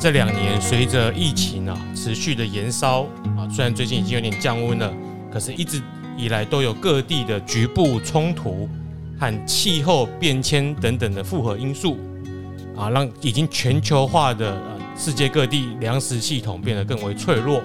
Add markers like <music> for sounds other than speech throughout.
这两年随着疫情啊持续的延烧啊，虽然最近已经有点降温了，可是一直以来都有各地的局部冲突和气候变迁等等的复合因素啊，让已经全球化的、呃世界各地粮食系统变得更为脆弱，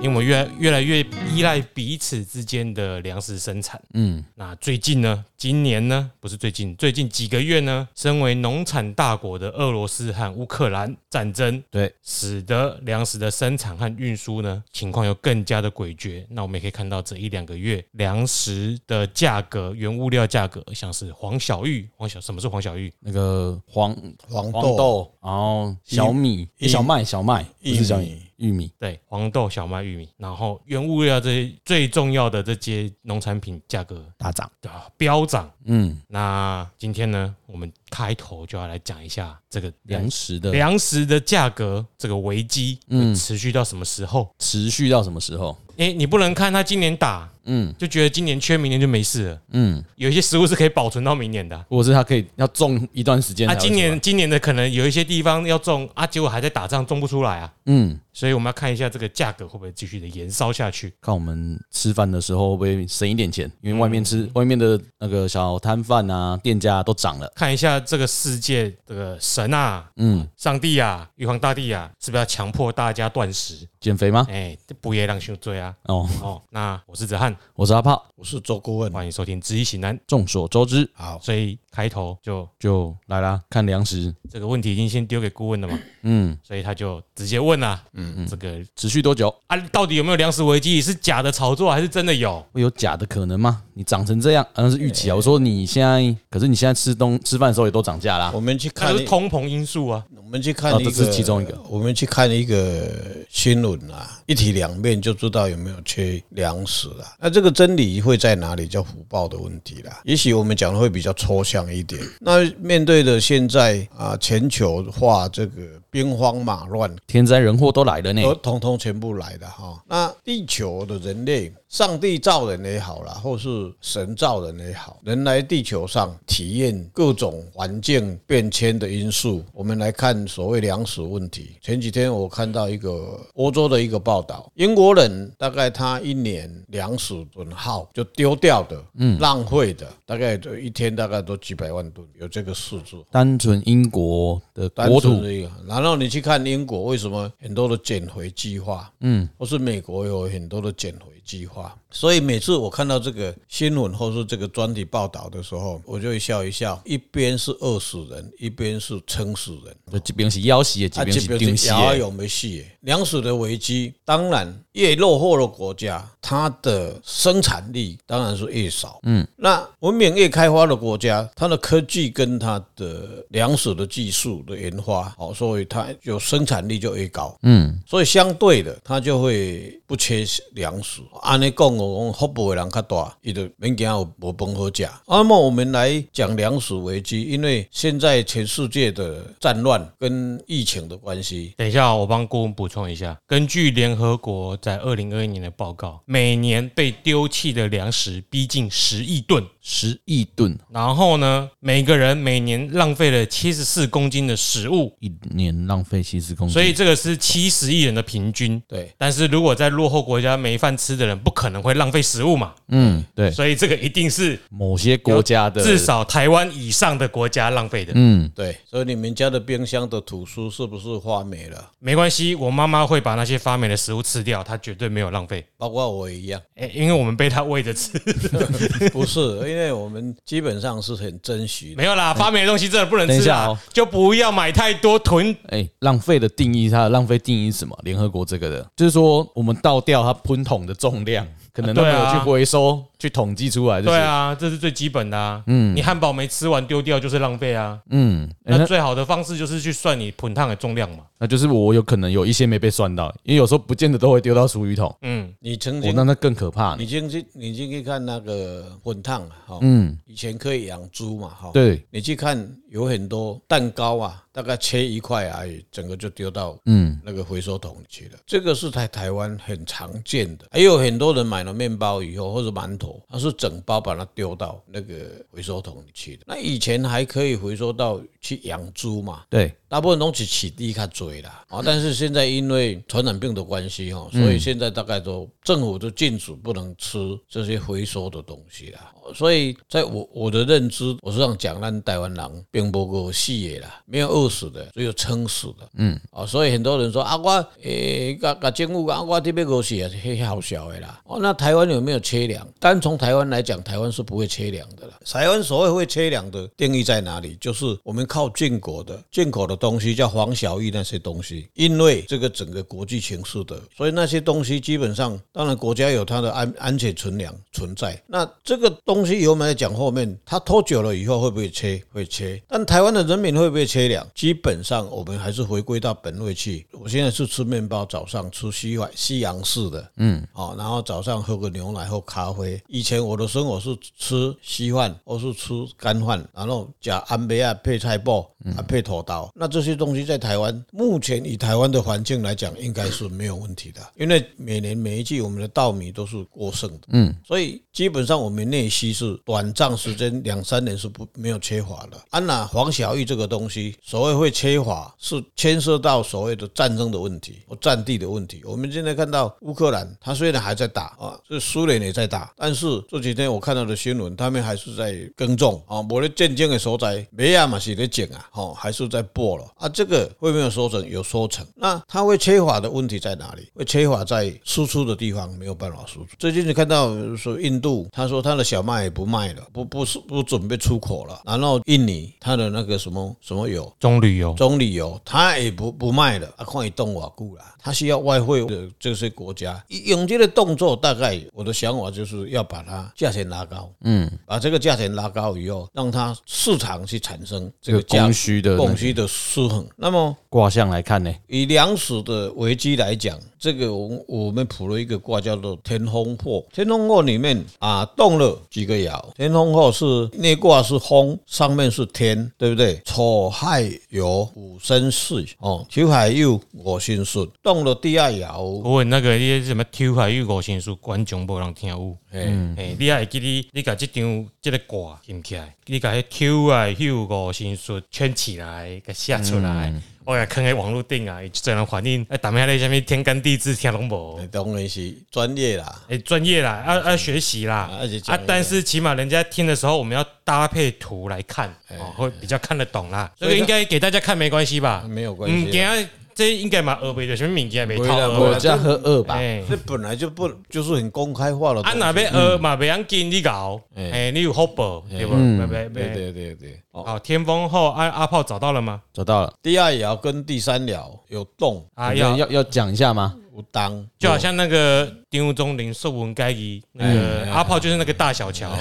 因为我们越越来越依赖彼此之间的粮食生产。嗯，那最近呢？今年呢？不是最近，最近几个月呢？身为农产大国的俄罗斯和乌克兰战争，对，使得粮食的生产和运输呢情况又更加的诡谲。那我们也可以看到这一两个月粮食的价格、原物料价格，像是黄小玉、黄小什么是黄小玉？那个黄黄黄豆、豆，然后小米、玉小麦、小麦，不玉是小米米，玉米，对，黄豆、小麦、玉米，然后原物料这些最重要的这些农产品价格大涨。啊飙涨。嗯，那今天呢，我们开头就要来讲一下这个粮粮食的粮食的价格这个危机嗯会持续到什么时候？持续到什么时候？诶、你不能看它今年打，嗯就觉得今年缺，明年就没事了。嗯，有一些食物是可以保存到明年的啊。或者是它可以要种一段时间才啊，会出来。今年今年的可能有一些地方要种啊，结果还在打仗，种不出来啊。嗯，所以我们要看一下这个价格会不会继续的延烧下去。看我们吃饭的时候会不会省一点钱，因为外面吃外面的那个小摊贩啊、店家啊都涨了。看一下这个世界，这个神啊、嗯，上帝啊、玉皇大帝啊，是不是要强迫大家断食？减肥吗？哎、这不也让修罪啊！哦，哦，那我是子翰，我是阿炮。我是周顾问。欢迎收听《知易行难》。众所周知，好，所以开头就就来啦，看粮食。这个问题已经先丢给顾问了嘛，嗯，所以他就直接问啦、嗯，这个持续多久？啊，到底有没有粮食危机？是假的炒作还是真的有？会有假的可能吗？你长成这样，好、像是预期啊。我说你现在，可是你现在吃东吃饭的时候也都涨价啦我。们去那看就一是通膨因素啊。我们去看啊一个，这是其中一个我们去看一个新闻啊，一体两面就知道有没有缺粮食了。那这个真理会在哪里？叫福报的问题啦。也许我们讲的会比较抽象一点。那面对的现在啊，全球化这个兵荒马乱，天灾人祸都来了呢。都统统全部来的哈。那地球的人类，上帝造人也好啦，或是神造人也好，人来地球上体验各种环境变迁的因素。我们来看所谓粮食问题。前几天我看到一个欧洲的一个报道，英国人大概他一年粮食损耗就丢掉的，嗯，浪费的，大概就一天大概都几百万吨，有这个数字。单纯英国的单国纯土，的一个。然后你去看英国，为什么很多的减肥计划，嗯，或是美国有很多的减肥计划。所以每次我看到这个新闻或是这个专题报道的时候，我就会笑一笑。一边是饿死人，一边是撑死人。就这边是要死的，这啊，边这是边丢是死遥的。有没戏耶。粮食的危机，当然越落后的国家，它的生产力当然是越少。嗯，那文明越开发的国家，它的科技跟它的粮食的技术的研发，好，所以它有生产力就越高。嗯，所以相对的，它就会不缺粮食。按尼讲，我讲福报的人较大，伊就免惊有无饭好食。啊那么我们来讲粮食危机，因为现在全世界的战乱跟疫情的关系，等一下，我帮顾问补充一下。根据联合国在二零二一年的报告，每年被丢弃的粮食逼近十亿吨，十亿吨然后呢，每个人每年浪费了七十四公斤的食物，一年浪费七十公斤，所以这个是七十亿人的平均。对，但是如果在落后国家没饭吃的人，不可能会浪费食物嘛，嗯，对，所以这个一定是某些国家的至少台湾以上的国家浪费的。嗯，对，所以你们家的冰箱的吐司是不是发霉了？没关系，我妈妈会把那些发霉的食物吃掉，她绝对没有浪费。包括我一样， <laughs> 诶，因为我们被她喂着吃， <laughs> 不是，因为我们基本上是很珍惜的。没有啦，发霉的东西真的不能等一吃下啊哦，就不要买太多囤。哎，浪费的定义，它的浪费定义是什么？联合国这个的，就是说我们倒掉它喷桶的重量，可能他们对有啊去回收、去统计出来，就是对，啊，这是最基本的啊。嗯，你汉堡没吃完丢掉就是浪费啊。嗯，哎那那最好的方式就是去算你盆烫的重量嘛。那就是我有可能有一些没被算到，因为有时候不见得都会丢到厨余桶，嗯，你曾我经那那更可怕呢你。进去，你进去看那个滚烫啊，哈、嗯，以前可以养猪嘛，哈、对，你去看有很多蛋糕啊，大概切一块而已，整个就丢到嗯，那个回收桶里去了。这个是在台湾很常见的，还有很多人买买了面包以后或者馒头，它是整包把它丢到那个回收桶里去的。那以前还可以回收到去养猪嘛，对，大部分都是起地较追啦啊，但是现在因为传染病的关系哈，所以现在大概都政府都禁止不能吃这些回收的东西啦。所以在我我的认知，我是这样讲，咱台湾人并不够死的啦，没有饿死的，只有撑死的。嗯啊，所以很多人说啊，我诶，甲、甲政府讲，啊我这边饿死也是很好笑的啦。哦，那台湾有没有缺粮？单从台湾来讲，台湾是不会缺粮的啦。台湾所谓会缺粮的定义在哪里？就是我们靠进口的进口的东西，叫黄小玉那些东西，因为这个整个国际情势的，所以那些东西基本上，当然国家有它的安安全存粮存在。那这个东西以后我们来讲后面，它拖久了以后会不会缺？会缺。但台湾的人民会不会缺粮？基本上我们还是回归到本位去。我现在是吃面包，早上吃西外西洋式的，嗯，哦，然后早上喝个牛奶或咖啡。以前我的生活是吃稀饭，或是吃干饭，然后加安培啊配菜脯啊配土豆。那这些东西在台湾目前以台湾的环境来讲，应该是没有问题的，因为每年每一季我们的稻米都是过剩的，嗯，所以基本上我们内需是短暂时间两三年是不没有缺乏的。安、娜黄小玉这个东西，所谓会缺乏，是牵涉到所谓的战争的问题，或战地的问题。我们现在看到乌克兰，它虽然还在打啊，这苏联也在打，但是这几天我看到的新闻，他们还是在耕种啊，我的战争的所在，没亚嘛是在种啊，哦，还是在播了啊，这个会没有收成？有收成，那它会缺乏的问题在哪里？会缺乏在输出的地方没有办法输出。最近你看到说印度，他说他的小麦也不卖了，不不是不准备出口了，然后印尼它的那个什么什么油，中旅游中旅游，他也不不卖了，啊，看伊动瓦固啦，他需要外汇的这些国家用这个动作，大概我的想法就是要把它价钱拉高，嗯，把这个价钱拉高以后，让它市场去产生这这个个价供需的那供个需的失衡。那么卦象来看呢，以粮食的危机来讲，这个我我们卜了一个卦叫做天风破。天风破里面啊，动了几个爻。天风破是内卦是风，上面是天，对不对？丑亥酉午申巳哦，九亥酉五辛巽，动了第二爻。我问那个那些什么抽海玉五行书，观众无人听有。嗯，哎，你还会记你，你把这张这个卦印起来，你把迄抽海玉五行书圈起来，给写出来。我给坑在网络顶啊，伊就这样反应，哎，打咩咧？下面天干地支听拢无？哎当然是专业啦，哎，专业啦，要要学习啦啊而且。讲啊一个，但是起码人家听的时候，我们要搭配图来看，哦，会比较看得懂啦。这哎所个以应该给大家看没关系吧？没有关嗯，系今啊。仔这应该嘛学袂着，什么物件袂不会套啦不会学啦我这样喝二吧，哎这本来就不就是很公开化了。啊，若要嗯学嘛袂要紧，你搞，哎，你有福报对不？对不对对？对对对，哦，好，天风后阿阿炮找到了吗？找到了，第二爻跟第三爻有动啊，要要要要讲一下吗？有当，就好像那个丁中林寿文该一那哎个阿炮就是那个大小 <laughs> 乔，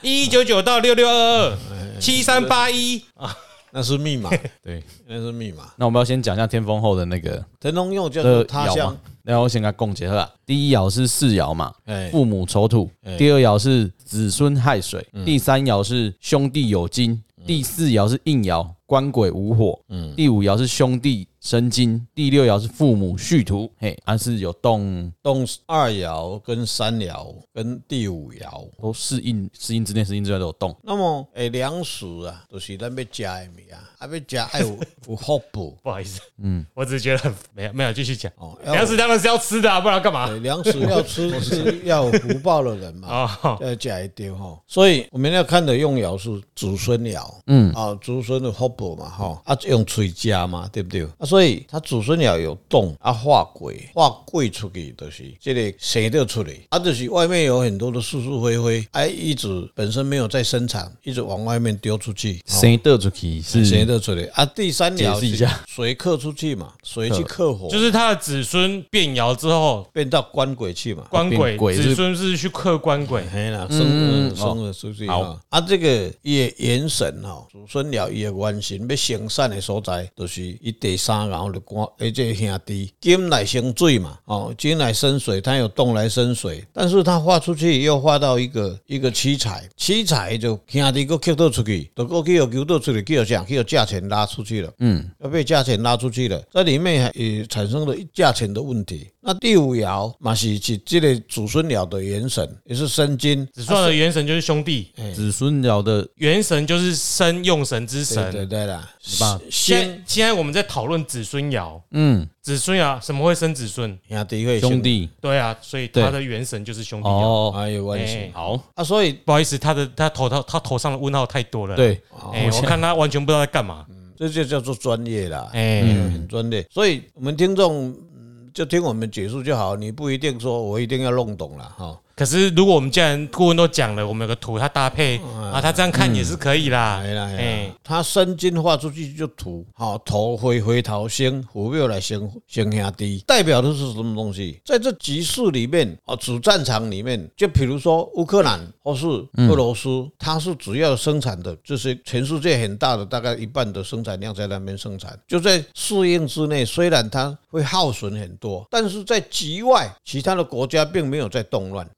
一九九到六六二哎二七三八一那是密码。对，那是密码。那我们要先讲一下天风后的那个腾龙用叫做呃他爻乡嘛，，那我先跟它共结合啊。第一爻是四爻嘛，哎，父母丑土；第二爻是子孙亥水；第三爻是兄弟有金；第四爻是应爻，官鬼无火；第五爻是兄弟生金；第六爻是父母戌土。嘿，还是有动动二爻跟三爻跟第五爻。都适应适应之内，适应之外都有动。那么，诶，粮食啊，就是咱要食的物啊，啊，要食要有有福报。不好意思，嗯， <laughs> 我只是觉得很没有没有继续讲，哦，要粮食当然是要吃的啊，不然干嘛对粮食要吃是要有福报的人嘛，啊？要食一丢哈。哦所以我们要看的用爻是子孙爻，嗯啊，子孙的福报嘛，哈，啊，用嘴加嘛，对不对？啊，所以它子孙爻有动啊，化鬼，化鬼出去就是这个生得出来，啊，就是外面有很多的是是非非，哎、一直本身没有在生产，一直往外面丢出去。谁得出去谁是得出来啊？第三爻解释一下，水克出去嘛，水去克火，就是他的子孙变爻之后，变到官鬼去嘛。官鬼哦变鬼子是哎孙是去克官鬼，嘿啦，生嗯生了出去好哈。啊，这个伊的元神吼，子孙了伊的元神要生产的所在，就是伊第三三熬就干，诶，这兄弟金来生水嘛，哦，金来生水，它有动来生水，但是它化出去又化到一个一个七彩，七彩就兄弟佫吸倒出去，就佫去互球倒出去，去互啥？去互价钱拉出去了，嗯，要被价钱拉出去了，这里面还也产生了价钱的问题。那第五爻嘛是是这个子孙爻的元神，也是生金，子孙的元神就是兄弟，子孙爻的元神就是生用神之对对神。对啦，吧现在先现在我们在讨论子孙爻，嗯子孙爻什么会生子孙？兄弟会兄，弟对啊，所以他的元神就是兄弟爻。哦，哎有关系哎好，啊，所以不好意思，他的他头他他头上的问号太多了。，对，哦哎，我看他完全不知道在干嘛。嗯这就叫做专业啦，哎，很专业。所以我们听众嗯就听我们解释就好，你不一定说我一定要弄懂了哈。可是如果我们既然顾问都讲了，我们有个图，他搭配嗯啊，他这样看也是可以啦。来啦，哎啦，它生金化出去就土，好头回回头生，虎庙来生生兄弟，代表的是什么东西？在这局势里面，哦，主战场里面，就比如说乌克兰或是俄罗斯，它是主要生产的，就是全世界很大的大概一半的生产量在那边生产，就在适应之内，虽然它会耗损很多，但是在局外，其他的国家并没有在动乱，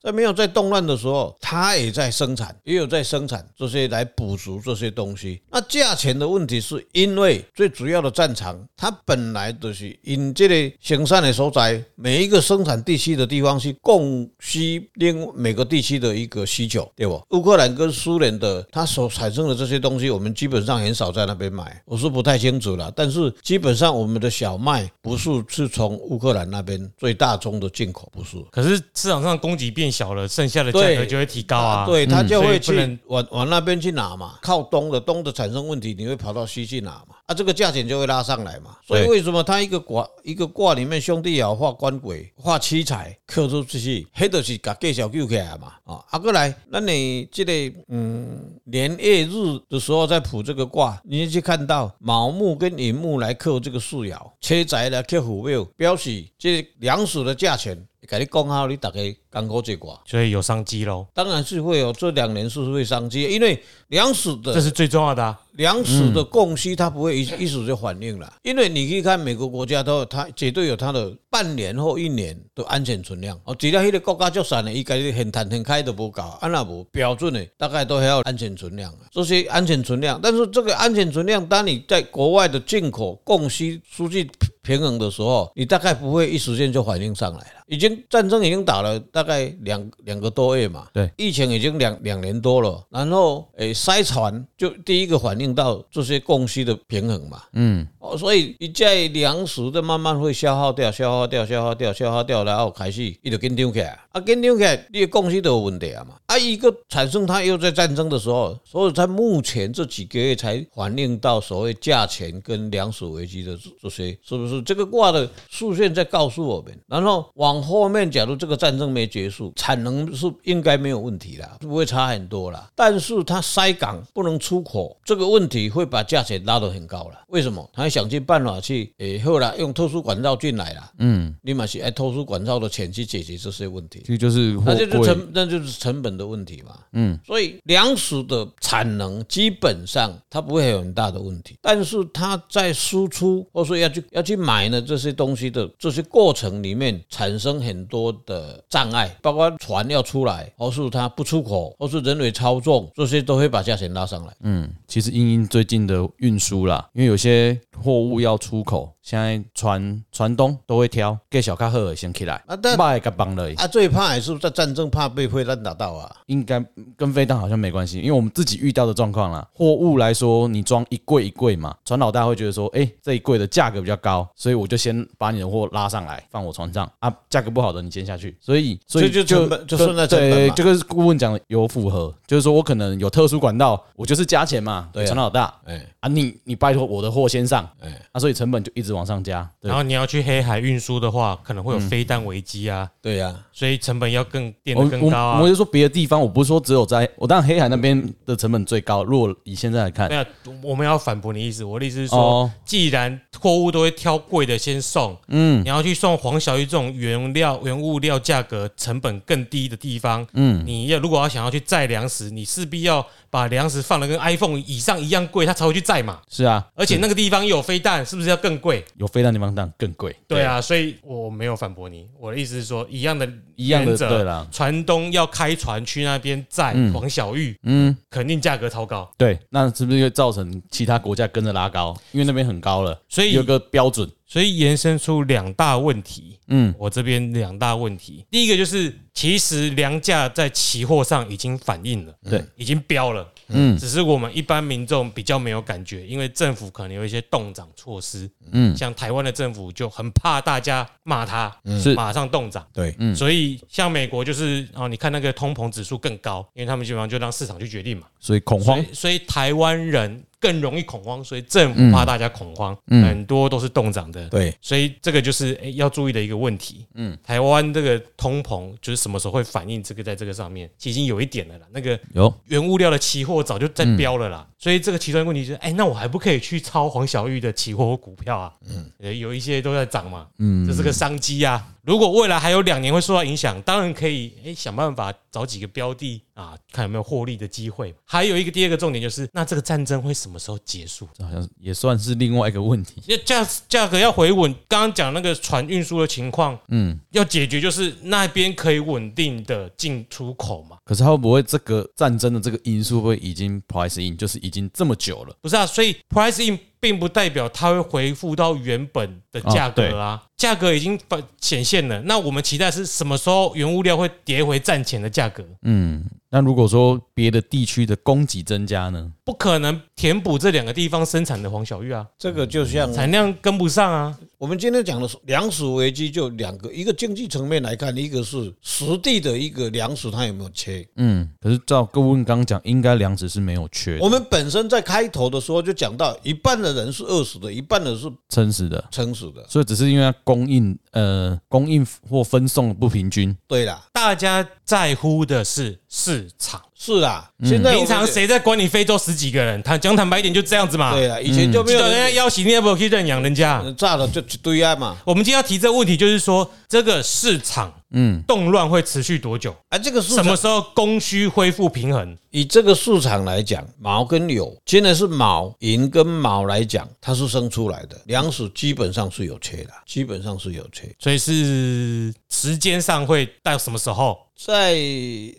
在没有在动乱的时候，它也在生产，也有在生产这些来补足这些东西。那价钱的问题，是因为最主要的战场，它本来就是因这个生产的所在，每一个生产地区的地方去供需另每个地区的一个需求，对不？乌克兰跟苏联的，它所产生的这些东西，我们基本上很少在那边买，我是不太清楚了。但是基本上我们的小麦不是是从乌克兰那边最大宗的进口，不是。可是市场上供给变小了，剩下的价对格就会提高啊。对他就所以会不去能往往那边去拿嘛，靠东的东的产生问题，你会跑到西去拿嘛，啊，这个价钱就会拉上来嘛。所以对为什么他一个卦一个卦里面兄弟爻画官鬼画七彩刻出这些，黑的是把价小救起来嘛啊，啊过来，那你这个嗯年月日的时候在卜这个卦，你就去看到卯木跟寅木来克这个四爻，车宅来克虎庙，表示这个粮食的价钱，给你讲啊好，你大概刚好这卦。所以有商机喽，当然是会有这两年是会商机，因为粮食这的是最重要的啊。粮食的供需它不会一一时就反应了，因为你去看每个国家都有它绝对有它的半年或一年的安全存量哦，只要那个国家就算了，伊家己很谈很开都不搞，安那无标准的大概都还要安全存量啊，这些安全存量，但是这个安全存量，当你在国外的进口供需数据平衡的时候，你大概不会一时间就反应上来了。已经战争已经打了大概两两个多月嘛，对，疫情已经两两年多了，然后诶筛船就第一个反映到这些供需的平衡嘛，嗯，哦，所以一在粮食的慢慢会消耗掉、消耗掉、消耗掉、消耗掉，然后开始伊就紧张起来，啊，紧张起来，你的供需都有问题啊嘛，啊，一个产生它又在战争的时候，所以在目前这几个月才反映到所谓价钱跟粮食危机的这这些，是不是？这个卦的数线在告诉我们，然后往后面，假如这个战争没结束，产能是应该没有问题啦，不会差很多啦，但是它塞港不能出口，这个问题会把价钱拉得很高了。为什么？他想尽办法去，诶、后来用特殊管道进来啦，嗯，你嘛是按特殊管道的钱去解决这些问题。这个就是货那就是柜，成，那就是成本的问题嘛。嗯，所以粮食的产能基本上它不会有很大的问题，但是它在输出或说要去要去买呢这些东西的这些过程里面产生很多的障碍，包括船要出来，或是它不出口，或是人为操纵，这些都会把价钱拉上来。嗯，其实因因最近的运输啦，因为有些货物要出口，现在船船东都会挑给小卡赫先起来，啊但卖个帮了，啊，最怕也是在战争怕被飞弹打到啊。应该跟飞弹好像没关系，因为我们自己遇到的状况啦，货物来说，你装一柜一柜嘛，船老大会觉得说，哎、这一柜的价格比较高，所以我就先把你的货拉上来放我船上啊，价格不好的你先下去，所以所以这就成本就算在成本对，嘛这个是顾问讲的有符合，就是说我可能有特殊管道，我就是加钱嘛，对啊船老大哎啊，你你拜托我的货先上，哎，啊，所以成本就一直往上加。对嗯然，后你要去黑海运输的话，可能会有飞弹危机啊，对呀、所以成本要更垫我得更我高啊。我就说别的地方，我不是说只有在，我当然黑海那边的成本最高。如果以现在来看没，有，我们要反驳你的意思。我的意思是说，哦既然货物都会挑贵的先送，嗯，你要去送黄小玉这种原料、原物料价格成本更低的地方，嗯，你要如果要想要去载粮食，你势必要把粮食放的跟 iPhone 以上一样贵，它才会去载嘛。是啊，而且那个地方又有飞弹，是不是要更贵？有飞弹地方当然更贵。对啊，所以我没有反驳你。我的意思是说，一样的一样的原则对啦船东要开船去那边载黄小玉，嗯，肯定价格超高。对，那是不是就造成其他国家跟着拉高？因为那边很高了，所以有个标准。所以延伸出两大问题，嗯，我这边两大问题，第一个就是其实粮价在期货上已经反映了，对，已经标了，嗯只是我们一般民众比较没有感觉，因为政府可能有一些动涨措施，嗯，像台湾的政府就很怕大家骂他，嗯是马上动涨。对，嗯所以，像美国就是哦，你看那个通膨指数更高，因为他们基本上就让市场去决定嘛。所以恐慌所以，所以台湾人更容易恐慌，所以政嗯府怕大家恐慌，很多都是动涨的。对，所以这个就是、诶要注意的一个问题。嗯，台湾这个通膨就是什么时候会反映这个在这个上面，其实已经有一点了啦。那个有原物料的期货早就在标了啦，所以这个其中一个问题就是，哎、那我还不可以去抄黄小玉的期货或股票啊？嗯，有一些都在涨嘛，嗯，这是个商机啊。如果未来还有两年会受到影响，当然可以，哎、想办法找几个标的啊，看有没有获利的机会。还有一个第二个重点就是，那这个战争会什么时候结束？这好像也算是另外一个问题。因为价价格要回稳，刚刚讲那个船运输的情况，嗯，要解决就是那边可以稳定的进出口嘛。可是会不会这个战争的这个因素会已经 price in，就是已经这么久了？不是啊，所以 price in 并不代表它会回复到原本的哦价格啊，价格已经反显现了。那我们期待是什么时候原物料会跌回战前的价格？嗯，那如果说别的地区的供给增加呢？不可能填补这两个地方生产的黄小玉啊，这个就像产量跟不上啊。我们今天讲的是粮食危机，就两个，一个经济层面来看，一个是实地的一个粮食它有没有缺。嗯，可是照顾问刚讲，应该粮食是没有缺我的，们本身在开头的时候就讲到，一半的人是饿死的，一半的是撑死的，撑死的。所以只是因为它供应呃供应或分送不平均，对啦，大家在乎的是市场，是啦，现在我平们常谁在管你非洲十几个人？坦讲坦白一点，就这样子嘛。对啊嗯啦，以前就没记有得人家邀请你要不要去认养人家？人炸了就一堆啊嘛。我们今天要提这个问题，就是说这个市场嗯，动乱会持续多久？啊，这个市什么场时候供需恢复平衡？以这个市场来讲，毛跟油，现在是毛银跟毛来讲，它是生出来的粮食基本上是有缺的，基本上是有缺。所以是时间上会到什么时候？在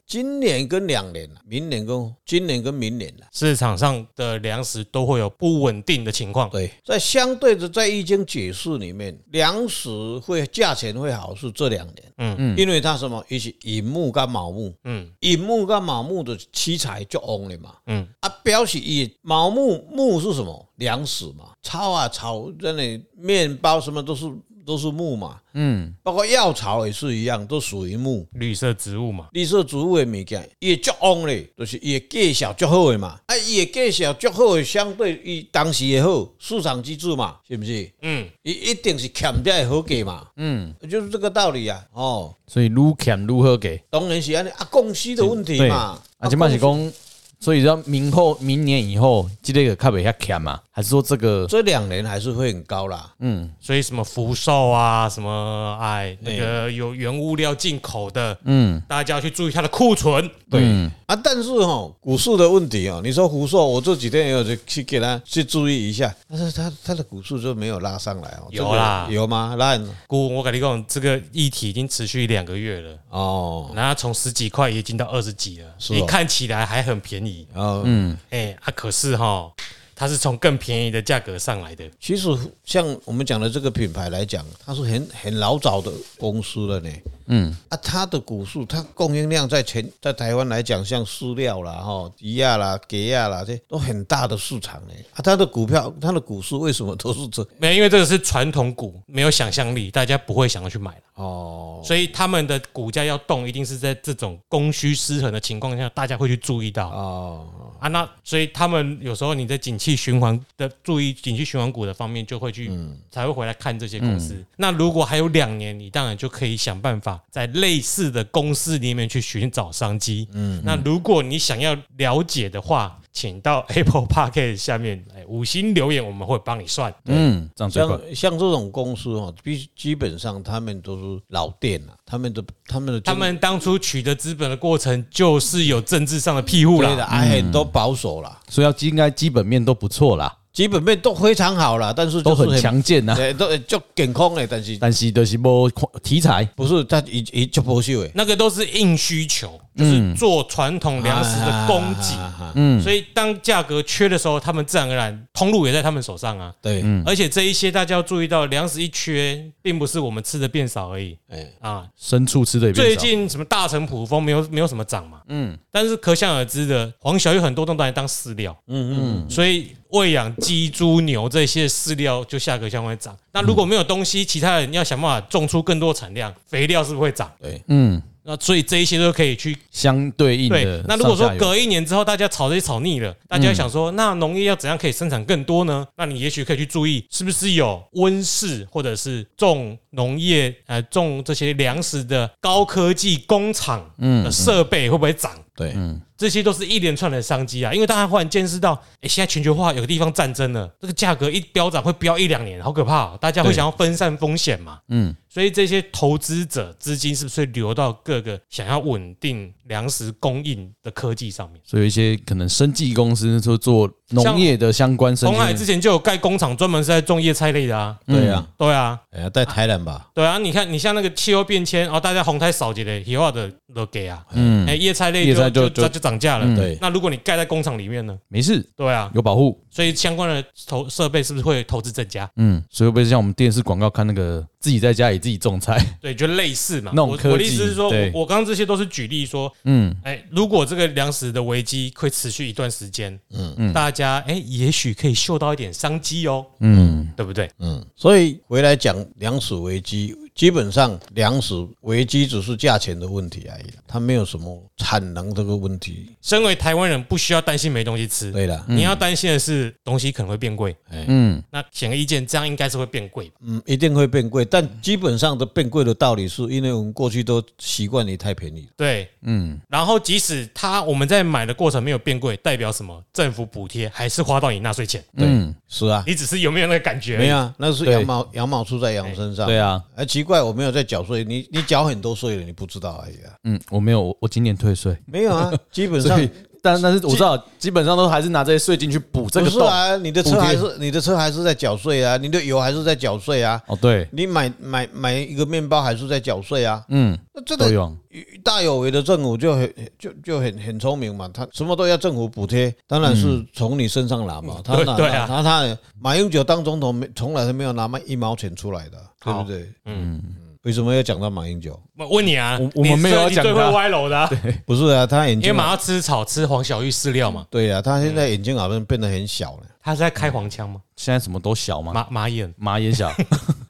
今年跟两年了，明年跟今年跟明年了。市场上的粮食都会有不稳定的情况。对，在相对的，在易经解释里面，粮食会价钱会好是这两年，嗯嗯，因为它什么，也许寅木跟卯木，嗯寅木跟卯木的七彩就旺了嘛，嗯，啊，表示以卯木木是什么？粮食嘛，草啊草，那里面包什么都是都是木嘛，嗯，包括药草也是一样，都属于木。绿色植物嘛，绿色植物的物件，伊足旺咧，就是伊的价小足好的嘛。啊，伊的价小足好的，相对伊当时的好，市场机制嘛，是不是？嗯，伊一定是欠才会好价嘛。嗯，就是这个道理啊。哦，所以如 can 如何给？当然是安尼啊，供需的问题对，嘛。啊，金马是供讲，所以要明后明年以后，这个较袂遐欠嘛，还是说这个这两年还是会很高啦。所以什么福寿啊，什么哎那个有原物料进口的，嗯大家要去注意它的库存。嗯对、啊，但是哈、股市的问题哦，你说胡硕，我这几天也有去去给他去注意一下，但是他他的股市就没有拉上来哦。有啦这个有吗？拉很姑，我跟你讲，这个议题已经持续两个月了，哦然后从十几块也已经到二十几了，是哦你看起来还很便宜，哦，哎、啊，可是哈，它是从更便宜的价格上来的。其实像我们讲的这个品牌来讲，它是很很老早的公司了呢。嗯，啊，它的股数，它供应量在全在台湾来讲，像饲料啦、哈鱼亚啦、给亚啦，这都很大的市场呢。啊，它的股票，它的股数为什么都是这？没有，因为这个是传统股，没有想象力，大家不会想要去买了哦，所以他们的股价要动，一定是在这种供需失衡的情况下，大家会去注意到哦，啊。那所以他们有时候你在景气循环的注意景气循环股的方面，就会去、嗯才会回来看这些公司。那如果还有两年，你当然就可以想办法在类似的公司里面去寻找商机。嗯，那如果你想要了解的话。请到 <laughs> Apple Park 下面哎五星留言，我们会帮你算。嗯，这样最快像。像这种公司哦，基基本上他们都是老店了，他们的他们的他们当初取得资本的过程，就是有政治上的庇护对的，啦。嗯哎，都保守了，所以要应该基本面都不错啦，基本面都非常好了，但是就都是很强健呐，对，都就健康的，但是但是就是无题材，不是它一一就不秀诶，那个都是硬需求，就是做传统粮食的供给。啊嗯，所以当价格缺的时候，他们自然而然通路也在他们手上啊。对，而且这一些大家要注意到，粮食一缺，并不是我们吃的变少而已哎，啊。牲畜吃的也最变少。近什么大成普丰没有没有什么涨嘛，嗯，但是可想而知的，黄小玉很多都拿来当饲料，嗯嗯，所以喂养鸡、猪、牛这些饲料就价格相会涨。那如果没有东西，其他人要想办法种出更多产量，肥料是不是会涨？对，嗯，那所以这一些都可以去相对应对的。。那如果说，隔一年之后大家炒这些炒腻了，大家想说，那农业要怎样可以生产更多呢？那你也许可以去注意，是不是有温室或者是种农业呃种这些粮食的高科技工厂的设备会不会涨？对，这些都是一连串的商机啊，因为大家忽然见识到，哎、现在全球化有个地方战争了，这个价格一飙涨会飙一两年，好可怕、哦！大家会想要分散风险嘛，嗯，所以这些投资者资金是不是会流到各个想要稳定粮食供应的科技上面？所以一些可能生技公司就做农业的相关生红海之技，前就有盖工厂，专门是在种叶菜类的啊，对呀，对啊，哎呀，在台南吧，对啊，你看你像那个气候变迁哦，大家红太少几嘞，以后的都给啊，嗯，哎、叶菜类叶菜就就嗯就就涨价了，对那如果你盖在工厂里面呢？没事，对啊，有保护。所以相关的投设备是不是会投资增加？嗯，所以会不会像我们电视广告看那个自己在家里自己种菜？对，就类似嘛。那种我科技我的意思是说，对我我刚刚这些都是举例说，嗯，哎，如果这个粮食的危机会持续一段时间，嗯嗯，大家哎，也许可以嗅到一点商机哦，嗯，对不对？嗯，所以回来讲粮食危机，基本上粮食危机只是价钱的问题而已，它没有什么产能这个问题。身为台湾人，不需要担心没东西吃，对了，你要担心的是东西可能会变贵。嗯，那显而易见，这样应该是会变贵吧？嗯，一定会变贵，但基本上的变贵的道理是因为我们过去都习惯于太便宜了。对，嗯。然后即使它我们在买的过程没有变贵，代表什么？政府补贴还是花到你纳税钱，对，是啊，你只是有没有那个感觉而已？没有啊，那是对羊毛羊毛出在羊身上。对啊，哎，奇怪，我没有在缴税，你你缴很多税了，你不知道而已啊。嗯，我没有，我我今年退税，没有啊，基本所上以但但是我知道，基本上都还是拿这些税进去补这不个是洞。啊，你的车还是你的车还是在缴税啊，你的油还是在缴税啊，哦，对，你买买买一个面包还是在缴税啊。嗯，那这都个有，大有为的政府就很就就很很聪明嘛，他什么都要政府补贴，当然是从你身上拿嘛。他拿对对啊他他马英九当总统没从来都没有拿一毛钱出来的，对好不对？嗯，为什么要讲到马英九？我问你啊，我我们没有要你最讲你最他会歪楼的啊、不是啊，他眼因为睛马要吃草，吃黄小玉饲料嘛，对啊，他现在眼睛好像变得很小了。他是在开黄腔嘛，现在什么都小嘛，马马眼。马也小，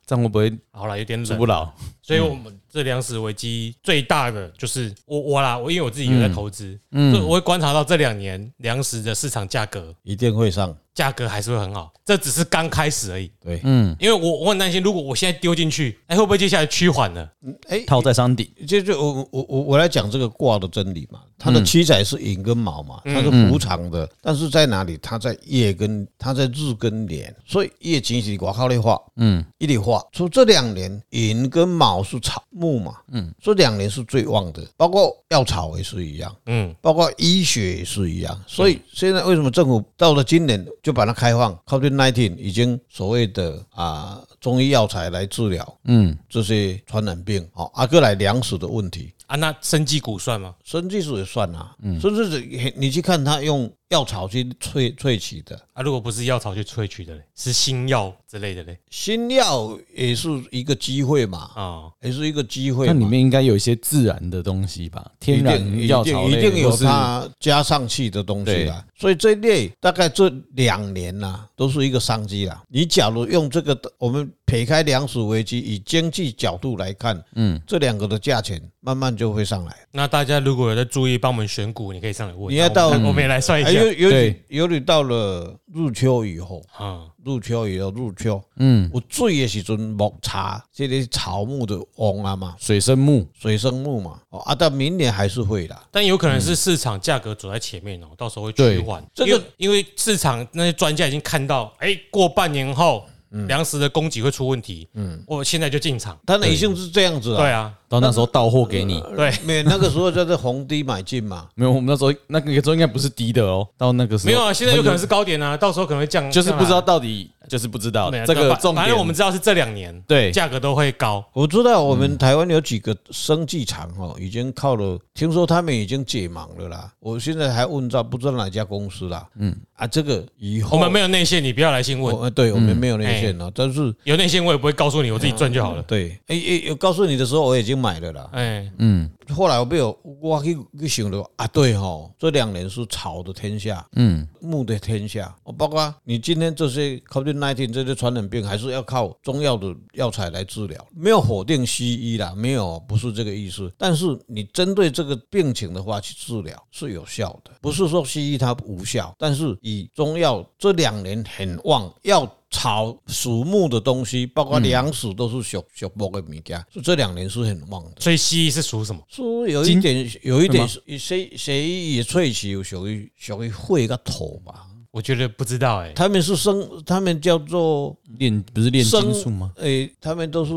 这样会不会好了，有点住不冷，老？所以我们这粮食危机最大的就是我我啦，我因为我自己有在投资，嗯所以我会观察到这两年粮食的市场价格，一定会上，价格还是会很好，这只是刚开始而已。对，嗯，因为我我很担心，如果我现在丢进去，哎，会不会接下来趋缓了？哎，套在山顶，就就我我我我来讲这个卦的真理嘛，它的七彩是寅跟卯嘛，它是补偿的，但是在哪里？它在月跟它在日跟年，所以月其实我靠的画，嗯，一理化，所以这两年寅跟卯是草木嘛，嗯，这两年是最旺的，包括药草也是一样。嗯，包括医学也是一样，所以现在为什么政府到了今年就把它开放？COVID 19已经所谓的啊中医药材来治疗嗯，哦这些传染病，好、啊，阿哥来粮食的问题，啊，那生技股算吗？生技术也算啊，嗯甚至是你去看它用药草去萃萃取的啊，如果不是药草去萃取的嘞，是新药之类的嘞新药，也是一个机会嘛，啊，也是一个机会那嘛。里面应该有一些自然的东西吧，天一定然药草一类定一定有或是它加上去的东西啦。所以这一类大概这两年啦、都是一个商机啦。你假如用这个，我们撇开粮食危机，以经济角度来看，嗯，这两个的价钱慢慢就会上来。那大家如果有在注意帮我们选股，你可以上来问。你要那我们到我嗯们也来算一哎，下尤尤其对尤其到了入秋以后，啊，入秋以后，入秋，嗯有水的时阵，木茶这些草木的旺啊嘛，水生木，水生木嘛，哦啊，但明年还是会啦。但有可能是市场价格走在前面哦，到时候会趋缓。对因为这个因为市场那些专家已经看到，哎，过半年后嗯粮食的供给会出问题，嗯，我现在就进场。它呢已经是这样子对了，啊，到那时候到货给你。对，没有那个时候就是逢低买进嘛。没有，我们那时候那个时候应该不是低的哦，到那个时候没有啊，现在有可能是高点啊，到时候可能会降，就是不知降道啊到底，就是不知道没有这个反重啊反点。正我们知道是这两年对价格都会高，我知道我们台湾有几个生技厂哦，已经靠了，听说他们已经解盲了啦。我现在还问到不知道哪家公司啦。嗯啊，这个以哦后我们没有内线，你不要来信问，我呃对我们没有内线了，但是有内线我也不会告诉你，我自己赚就好了。对，哎哎，有告诉你的时候我已经买了啦。哎，嗯后来我被我我去去想了啊，对吼，这两年是草的天下，嗯，木的天下，哦，包括你今天这些 COVID-19 这些传染病，还是要靠中药的药材来治疗，没有否定西医啦，没有，不是这个意思。但是你针对这个病情的话去治疗是有效的，不是说西医它无效，但是以中药这两年很旺，药草属木的东西，包括粮食都是属属木的物件，所以这两年是很旺的。所以西医是属什么？说有一金点，有一点是，谁谁也萃取有属于属于会个土吧，我觉得不知道哎、他们是生，他们叫做炼不是炼生金术吗？？诶、他们都是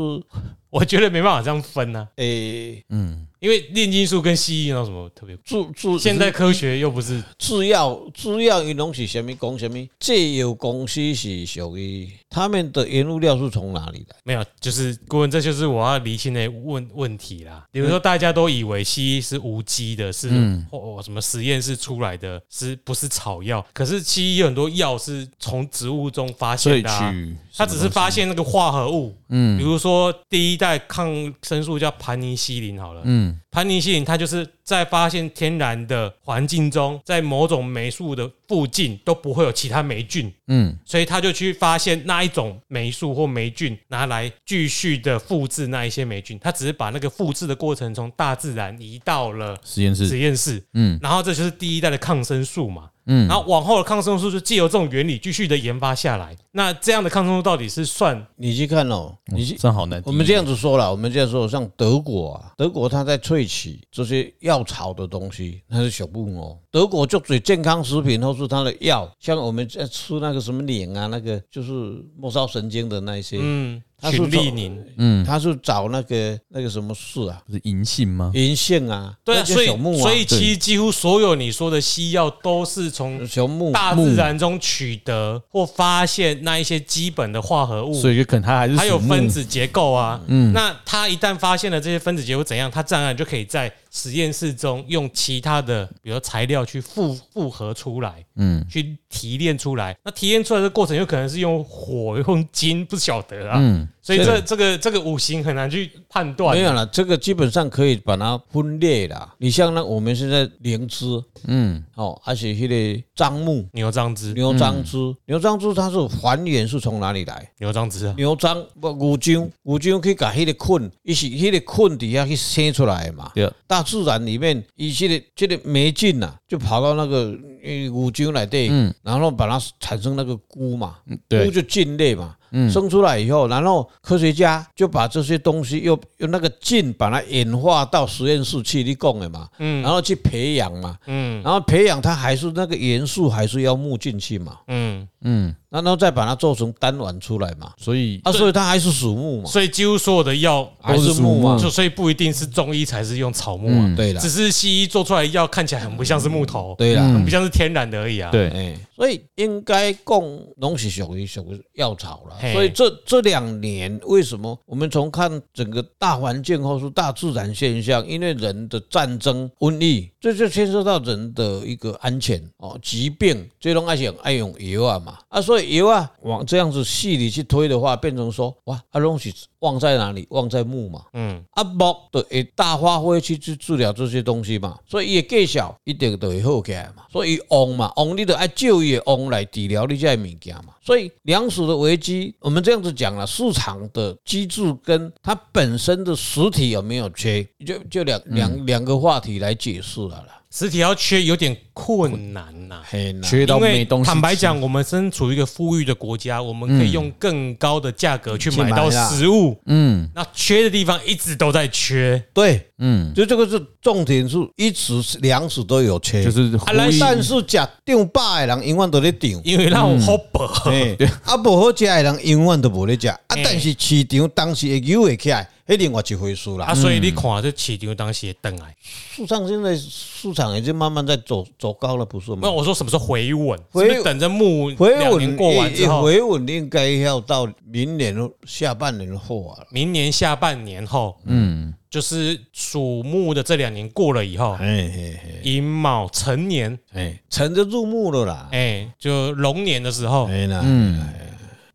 我觉得没办法这样分啊，诶、嗯，因为炼金术跟西医有什么特别？制制现代科学又不是制药制药，伊拢是什么讲什么？制药公司是属于他们的原物料是从哪里来？没有，就是顾问，这就是我要厘清的问问题啦。比如说，大家都以为西医是无机的，是嗯或、哦、什么实验室出来的，是不是草药？可是西医有很多药是从植物中发现萃的、啊，取，它只是发现那个化合物，嗯，比如说第一代抗生素叫盘尼西林好了，嗯盘尼西林它就是在发现天然的环境中，在某种霉素的附近都不会有其他霉菌，嗯所以他就去发现那一种霉素或霉菌，拿来继续的复制那一些霉菌。他只是把那个复制的过程从大自然移到了实验实室，验室，嗯然后这就是第一代的抗生素嘛。嗯然后往后的抗生素就借由这种原理继续的研发下来。那这样的抗生素到底是算你去看哦，你去。这样好难。我们这样子说了，我们这样说，像德国啊，德国它在萃取这些药草的东西，它是小部分哦。德国就嘴健康食品或是它的药，像我们在吃那个什么脸啊，那个就是末梢神经的那一些，嗯它是循利从宁？嗯，他是找那个那个什么事啊，不是银杏吗？银杏啊，对啊，那些所以朽木啊，所以其实几乎所有你说的西药都是从朽木大自然中取得或发现那一些基本的化合物，啊所以就可能它还是还有属木分，子结构啊。嗯，那它一旦发现了这些分子结构怎样，它自然而然就可以在实验室中用其他的，比如材料去复复合出来，嗯去提炼出来。那提炼出来的过程有可能是用火、用金，不晓得啊。嗯，所以这这个这个五行很难去判断。啊没有了，这个基本上可以把它分裂啦。你像那我们现在灵芝，嗯，哦，而且那个樟木、牛樟芝，牛樟芝、嗯牛樟芝，它是还原是从哪里来？牛樟芝啊，牛樟不牛樟，牛樟去把迄个菌，伊是迄个菌底下去生出来的嘛。对，啊大自然里面，伊这个这个霉菌呐、啊，就跑到那个呃牛樟来对，嗯然后把它产生那个菇嘛，嗯菇对，就菌类嘛，嗯生出来以后，然后科学家就把这些东西又用那个菌把它演化到实验室去，你讲的嘛，嗯然后去培养嘛，嗯然后培养它还是那个元素还是要木进去嘛，嗯，嗯，然后再把它做成单丸出来嘛，所以啊，所以它还是属木嘛，嗯所以几乎所有的药。还是木嘛嗯，啊就所以不一定是中医才是用草木啊，嗯对啦只是西医做出来的药看起来很不像是木头，对啦，嗯很不像是天然的而已啊。对，哎，所以应该共拢是属于属于药草了嘿。所以这这两年为什么我们从看整个大环境或是大自然现象，因为人的战争、瘟疫，这就牵涉到人的一个安全哦，疾病最终爱想爱用药啊嘛啊，所以药啊往这样子细里去推的话，变成说哇，啊东西旺在哪里？旺在木嘛。嗯，啊，木就会大发挥去去治疗这些东西嘛，所以伊的计小一定就会好起来嘛。所以旺嘛，旺你就爱就业旺来治疗你这些物件嘛。所以粮食的危机，我们这样子讲了，市场的机制跟它本身的实体有没有缺，就就两嗯两两个话题来解释了啦。实体要缺有点困难呐、嘿呐，缺到因为没东西。坦白，讲，我们身处一个富裕的国家，我们可以用更高的价格去买到嗯去买啦食物。嗯那缺的地方一直都在缺，对，嗯，就这个是重点是，一直是粮食都有缺，就是呼啊来吁但是食涨饱的人永远都咧涨。因为让我嗯好饱。 <laughs> 嘿啊，无好食的人永远都无咧食，啊，嘿但是市场当时会摇会起来，迄另外一回事啦啊，。所以你看这市场当时也等来，市场现在市场已经慢慢在走走高了，不是那吗？我说什么时候回稳？是不回是等着木回两年稳过完之后，回稳应该要到明年下半年后啊。明年下半年后，嗯，就是属木的这两年过了以后，嘿嘿嘿，寅卯辰年，哎，趁着入目了啦。哎，哦就龙年的时候，哎啦，嗯，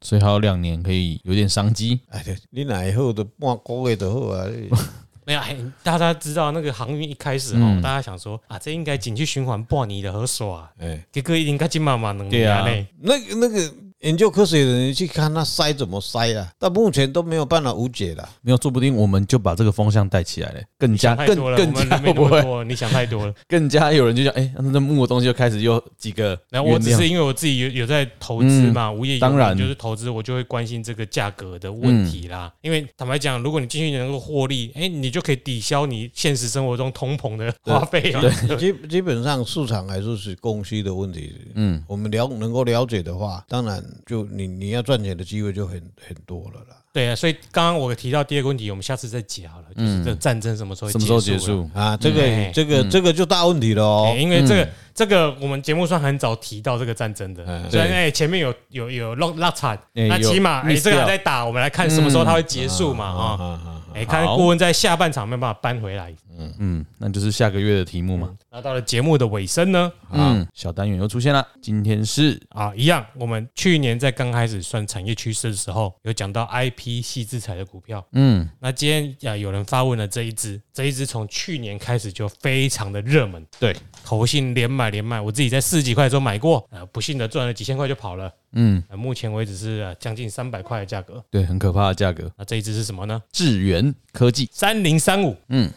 所以还有两年可以有点商机。哎，对你来后的半个月就好 <laughs> 啊。你没有，哎，大家知道那个航运一开始嗯哦，大家想说啊，这应该景气循环半年的和爽啊，哎，结果应该金妈妈能对啊嘞，那个那个研究科学的人去看他塞怎么塞啊，到目前都没有办法无解的。没有，说不定我们就把这个风向带起来了，更想加太更多了，我啊更们加人没那会不么会多，你想太多了。更加有人就讲，哎，那那木的东西就开始又几个然后我原只料是因为我自己有有在投资嘛，无业游民当然就是投资，我就会关心这个价格的问题啦。嗯因为坦白讲，如果你进去能够获利，哎，你就可以抵消你现实生活中通膨的花费啊。 <laughs> 基基本上市场还是是供需的问题。嗯，我们了能够了解的话，当然就你你要赚钱的机会就很很多了啦。对啊，所以刚刚我提到第二个问题，我们下次再解好了，就是这战争什么时候嗯什么时候结束啊？束？啊，这个、嗯这个、这个就大问题了哦哎。因为这嗯个、这个我们节目算很早提到这个战争的，嗯虽然哎前面有有有落落惨，哎那有起码哎 miss 这个还掉在打，我们来看什么时候它会结束嘛啊啊。啊哎，看好顾问在下半场没有办法扳回来，嗯，那就是下个月的题目嘛。那到了节目的尾声呢，嗯，小单元又出现了，今天是啊，一样，我们去年在刚开始算产业趋势的时候，有讲到 IP 系制裁的股票。嗯，那今天啊，有人发问了这一只，这一只从去年开始就非常的热门，对，投信连买连卖，我自己在四十几块的时候买过，啊，不幸的赚了几千块就跑了。嗯，啊、目前为止是、啊、将近三百块的价格。对，很可怕的价格，那这一只是什么呢？智源科技，三零三五，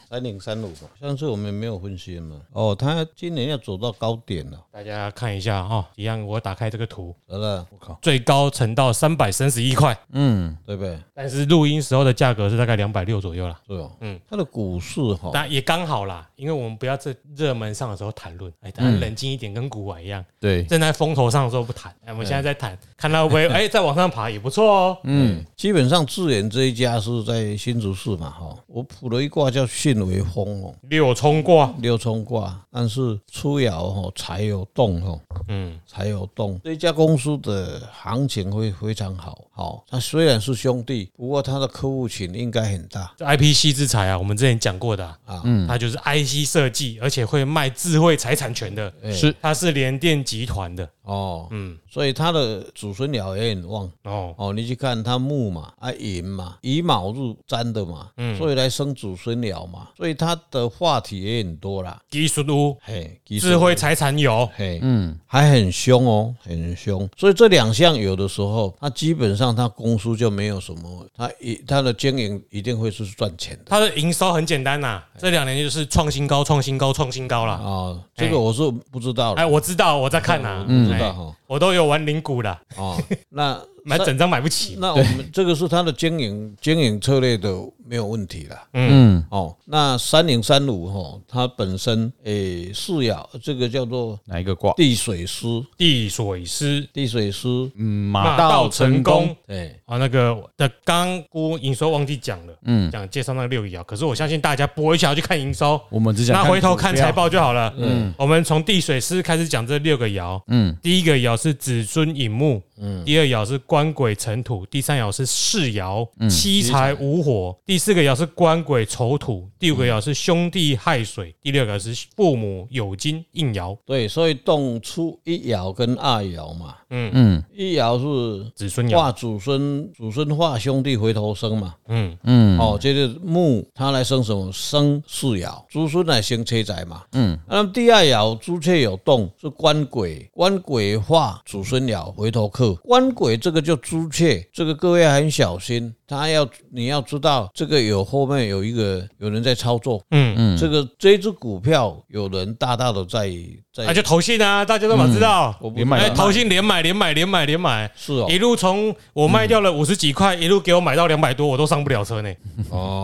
三零三五嘛，上次我们没有分析嘛。哦，它今年要走到高点了，大家看一下哈、啊一样，我打开这个图，得了，我靠，最高曾到三百三十一块，嗯，对不对？但是录音时候的价格是大概两百六左右啦。对哦，嗯嗯，它的股市哈、那也刚好啦，因为我们不要在热门上的时候谈论，哎，大家冷静一点，跟古玩一样，对，正在风头上的时候不谈，哎，我们现在在谈，看它会不 <laughs> 会哎再往上爬也不错哦。嗯，基本上智远这一家是在新竹市嘛，哈、我卜了一卦叫巽为风哦，六冲卦，六冲卦，但是初爻哦，财有动哦，嗯，才有动。这家公司的行情会非常好，好，它虽然是兄弟，不过它的客户群应该很大这 IPC 制裁啊，我们之前讲过的、啊，啊。它就是 IC 设计，而且会卖智慧财产权的，哎是它是联电集团的，哦，嗯，所以它的祖孙鸟也很旺哦，哦。你去看它木嘛，啊寅嘛，乙卯入占的嘛，嗯所以来生祖孙鸟嘛，所以它的话题也很多啦。技术屋，嘿，其实智慧财产有，嘿，嗯，还很凶哦，很凶。所以这两项有的时候，它基本上它公司就没有什么，它一它的经营一定会是赚钱的。它的营收很简单呐、啊这两年就是创新高，创新高，创新高啦。哦，哎这个我是不知道了哎，我知道，我在看呐、不知哎道哈我都有玩零股啦。哦。那买整张买不起。那我们这个是它的经营经营策略的没有问题啦。嗯，哦，那三零三五哈，它本身诶是要这个叫做哪一个卦？地水师，地水师地水师，嗯，马到成功。哎，啊，那个的刚估营收忘记讲了，嗯，讲介绍那个六一爻，可是我相信大家不会想要去看营收，我们只想那回头看股票财。报就好了。嗯，我们从地水师开始讲这六个爻。嗯嗯，第一个爻是子孙引木，嗯，第二爻是官鬼辰土，第三爻是世爻，嗯七财无火，第四个爻是官鬼丑土，第五嗯个爻是兄弟亥水，第六个爻是父母酉金应爻。对，所以动出一爻跟二爻嘛，嗯一爻是子孙爻，化祖孙，祖孙化兄弟回头生嘛，嗯，嗯哦，这个木它来生什么？生四爻，子孙来生车仔嘛。嗯，那么第二爻朱雀有动是官鬼，官鬼化祖孙爻回头客。官鬼这个就朱雀，这个各位要很小心，它要你要知道这个有后面有一个有人在操作，嗯，这个这只股票有人大大的在在，那就投信啊，大家都嘛知道，嗯我不连买哎，了投信连买连买连买连买，是哦一路从我卖掉了五十几块，一路给我买到两百多，我都上不了车呢。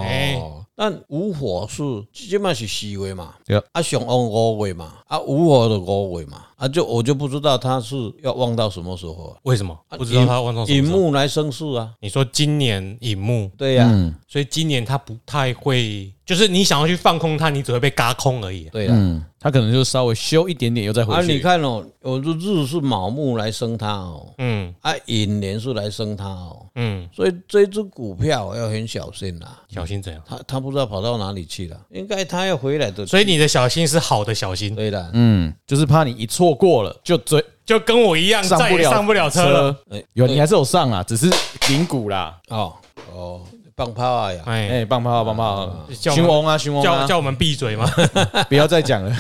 哎哦，但无火是即嘛是四月嘛，对啊上往五月嘛，啊无火的五月嘛，啊就我就不知道他是要旺到什么时候啊。为什么？不知道他往上什么引时候木来生事啊，你说今年引木，对呀、嗯所以今年它不太会，就是你想要去放空它，你只会被嘎空而已。对呀、嗯，他可能就稍微修一点点，又再啊回你去。看哦，我的日是卯木来生它哦，嗯啊寅年是来生它哦，嗯，所以这只股票要很小心啦、小心怎样？他他不知道跑到哪里去了，应该他要回来的。所以你的小心是好的小心，对啦，嗯，就是怕你一错过了就追就跟我一样，上再不也了上不了车了。哎有你还是有上啊，只是顶股啦。哦哦，放炮啊呀，哎，哎，棒炮棒炮，叫熊翁啊熊翁叫啊，叫我们闭嘴嘛。不要再 <laughs> 讲了。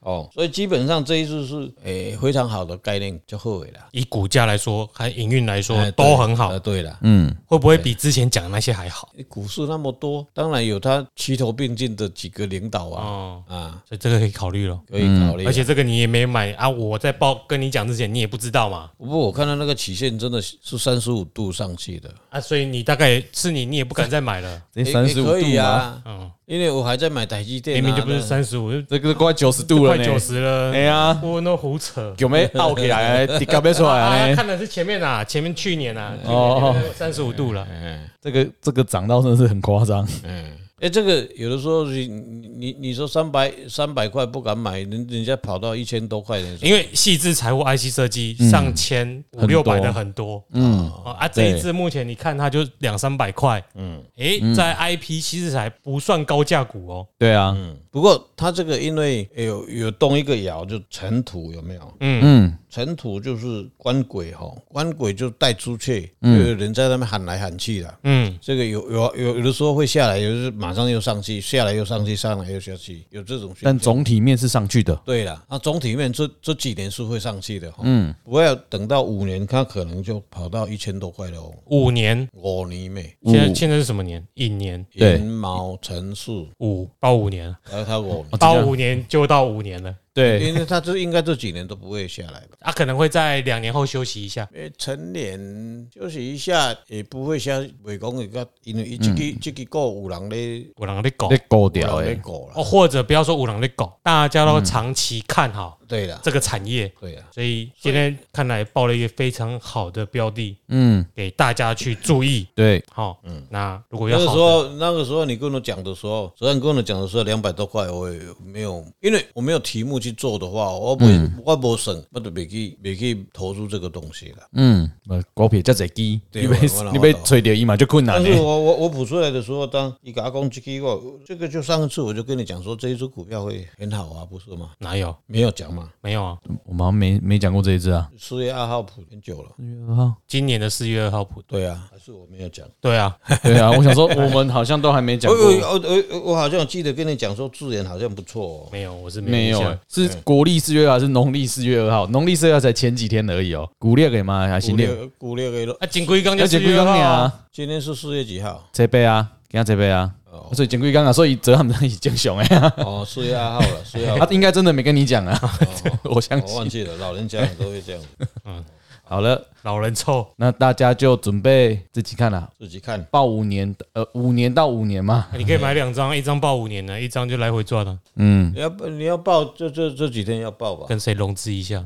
哦，所以基本上这一次是诶、非常好的概念，就后悔了。以股价来说，和营运来说哎都很好呃，，对了，嗯，会不会比之前讲的那些还好？股市那么多，当然有它齐头并进的几个领导啊，哦，啊，所以这个可以考虑了。可以考虑啊。而且这个你也没买啊，我在报跟你讲之前，你也不知道嘛。不过我看到那个曲线真的是三十五度上去的，啊，所以你大概是你，你也不敢再买了。这也三十五也可度以吗？啊，嗯，因为我还在买台积电啊，明明就不是那三十五，就这个都快九十度了快呢，九十了。哎呀，我那胡扯。有没有拗起来？ <laughs> 底咖啡出啊来，呢？看的是前面啊，前面去年啊，哎哦三十五度了，哎这个这个涨到真的是很夸张。哎哎，这个有的时候你你你你说三百三百块不敢买，人人家跑到一千多块的时候，因为细致财务 IC 设计上千五六百的很多，嗯，哦啊，这一支目前你看它就两三百块，嗯，诶，在 IP 细致材不算高价股哦，对啊，不过它这个因为有有动一个爻就尘土有没有？嗯尘土就是官鬼哈，官鬼就带朱雀，就嗯有人在那边喊来喊去的。嗯，这个有有有有的时候会下来，有的是马上又上去，下来又上去，上来又下去，有这种现象。但总体面是上去的。对了，那总体面这这几年是会上去的哈。嗯，不要等到五年，它可能就跑到一千多块了哦。五年，五年妹，五现在现在是什么年？一年对寅卯辰巳，五到五年，然后它五年，到五年就到五年了，哦对，因为它这应该这几年都不会下来吧。啊，可能会在两年后休息一下，因为成年休息一下也不会像袂讲个较，因为伊这个、这个股有人咧五郎的狗被勾有掉人哎，咧搞啦哦，，或者不要说五郎的狗，大家都长期看好对啦，这个产业，对啦，所以今天看来报了一个非常好的标的嗯，给大家去注意。对，好、嗯，那如果那要个时好的，候那个时候你跟我讲的时候，昨天跟我讲的时候两百多块，我也没有，因为我没有题目去做的话，我不、我不省，我都袂去袂去投入这个东西了。嗯，呃股票这么低，对你被我我你被我吹掉一嘛就困难欸但是了。我我我补出来的时候，当你给他攻击给我，这个就上次我就跟你讲说，这一只股票会很好啊，不是吗？哪有？没有讲嘛，没有啊，我们好像没没讲过这一只 <laughs> 啊。四月二号普很久了，嗯今年的四月二号普，对啊，还是我没有讲。对啊，对啊，我想说我们好像都还没讲我 <laughs> 我过，我我我好像记得跟你讲说，智联好像不错、哦。没有，我是没没有印象哎，是国历四月二还是农历四月二号？农历四月二才前几天而已哦，古历给吗？还行鼓列，励鼓励给了，啊，金龟刚就而且四贵月二刚号啊，啊，今天是四月几号？这杯啊，给他这杯啊，所以前贵刚啊，所以折他们已经熊哎， <laughs> 哦，四月二号了，四月二他号，啊 <laughs> 应该真的没跟你讲啊，我相哦我信忘。记了，老人家都会这样。嗯，好了，老人臭，那大家就准备自己看啦、自己看。报五年，呃，五年到五年嘛，啊你可以买两张，一张报五年的，一张就来回赚了，嗯，你要你要报，这这这几天要报吧。跟谁融资一下。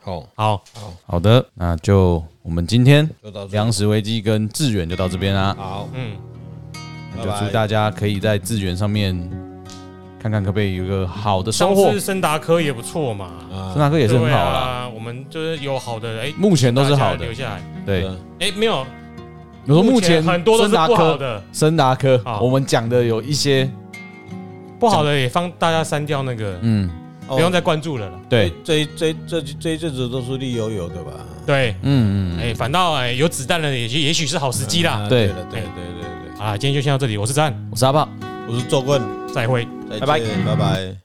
好，好，好的，那就我们今天就到这里。粮食危机跟致远就到这边啦，好，嗯，那拜就拜祝大家可以在致远上面看看可不可以有一个好的收上获次，森达科也不错嘛，森啊，纳克也是很好啦，对啊。我们就是有好的，哎，目前都是好大家留的，下来。对，嗯哎，没有，我说目前很多都森是达不好科，的，森达科，好我们讲的有一些，不好的也放大家删掉那个，嗯，不用再。再关注了啦。对，哦这这这这一阵子都是绿油油的吧？对，嗯嗯，哎，反倒哎有子弹了，也许也许是好时机啦。啊对了对对对对好啦，今天就先到这里，我是詹，我是阿胖。对，我是周棍，再会。再拜拜见，拜拜。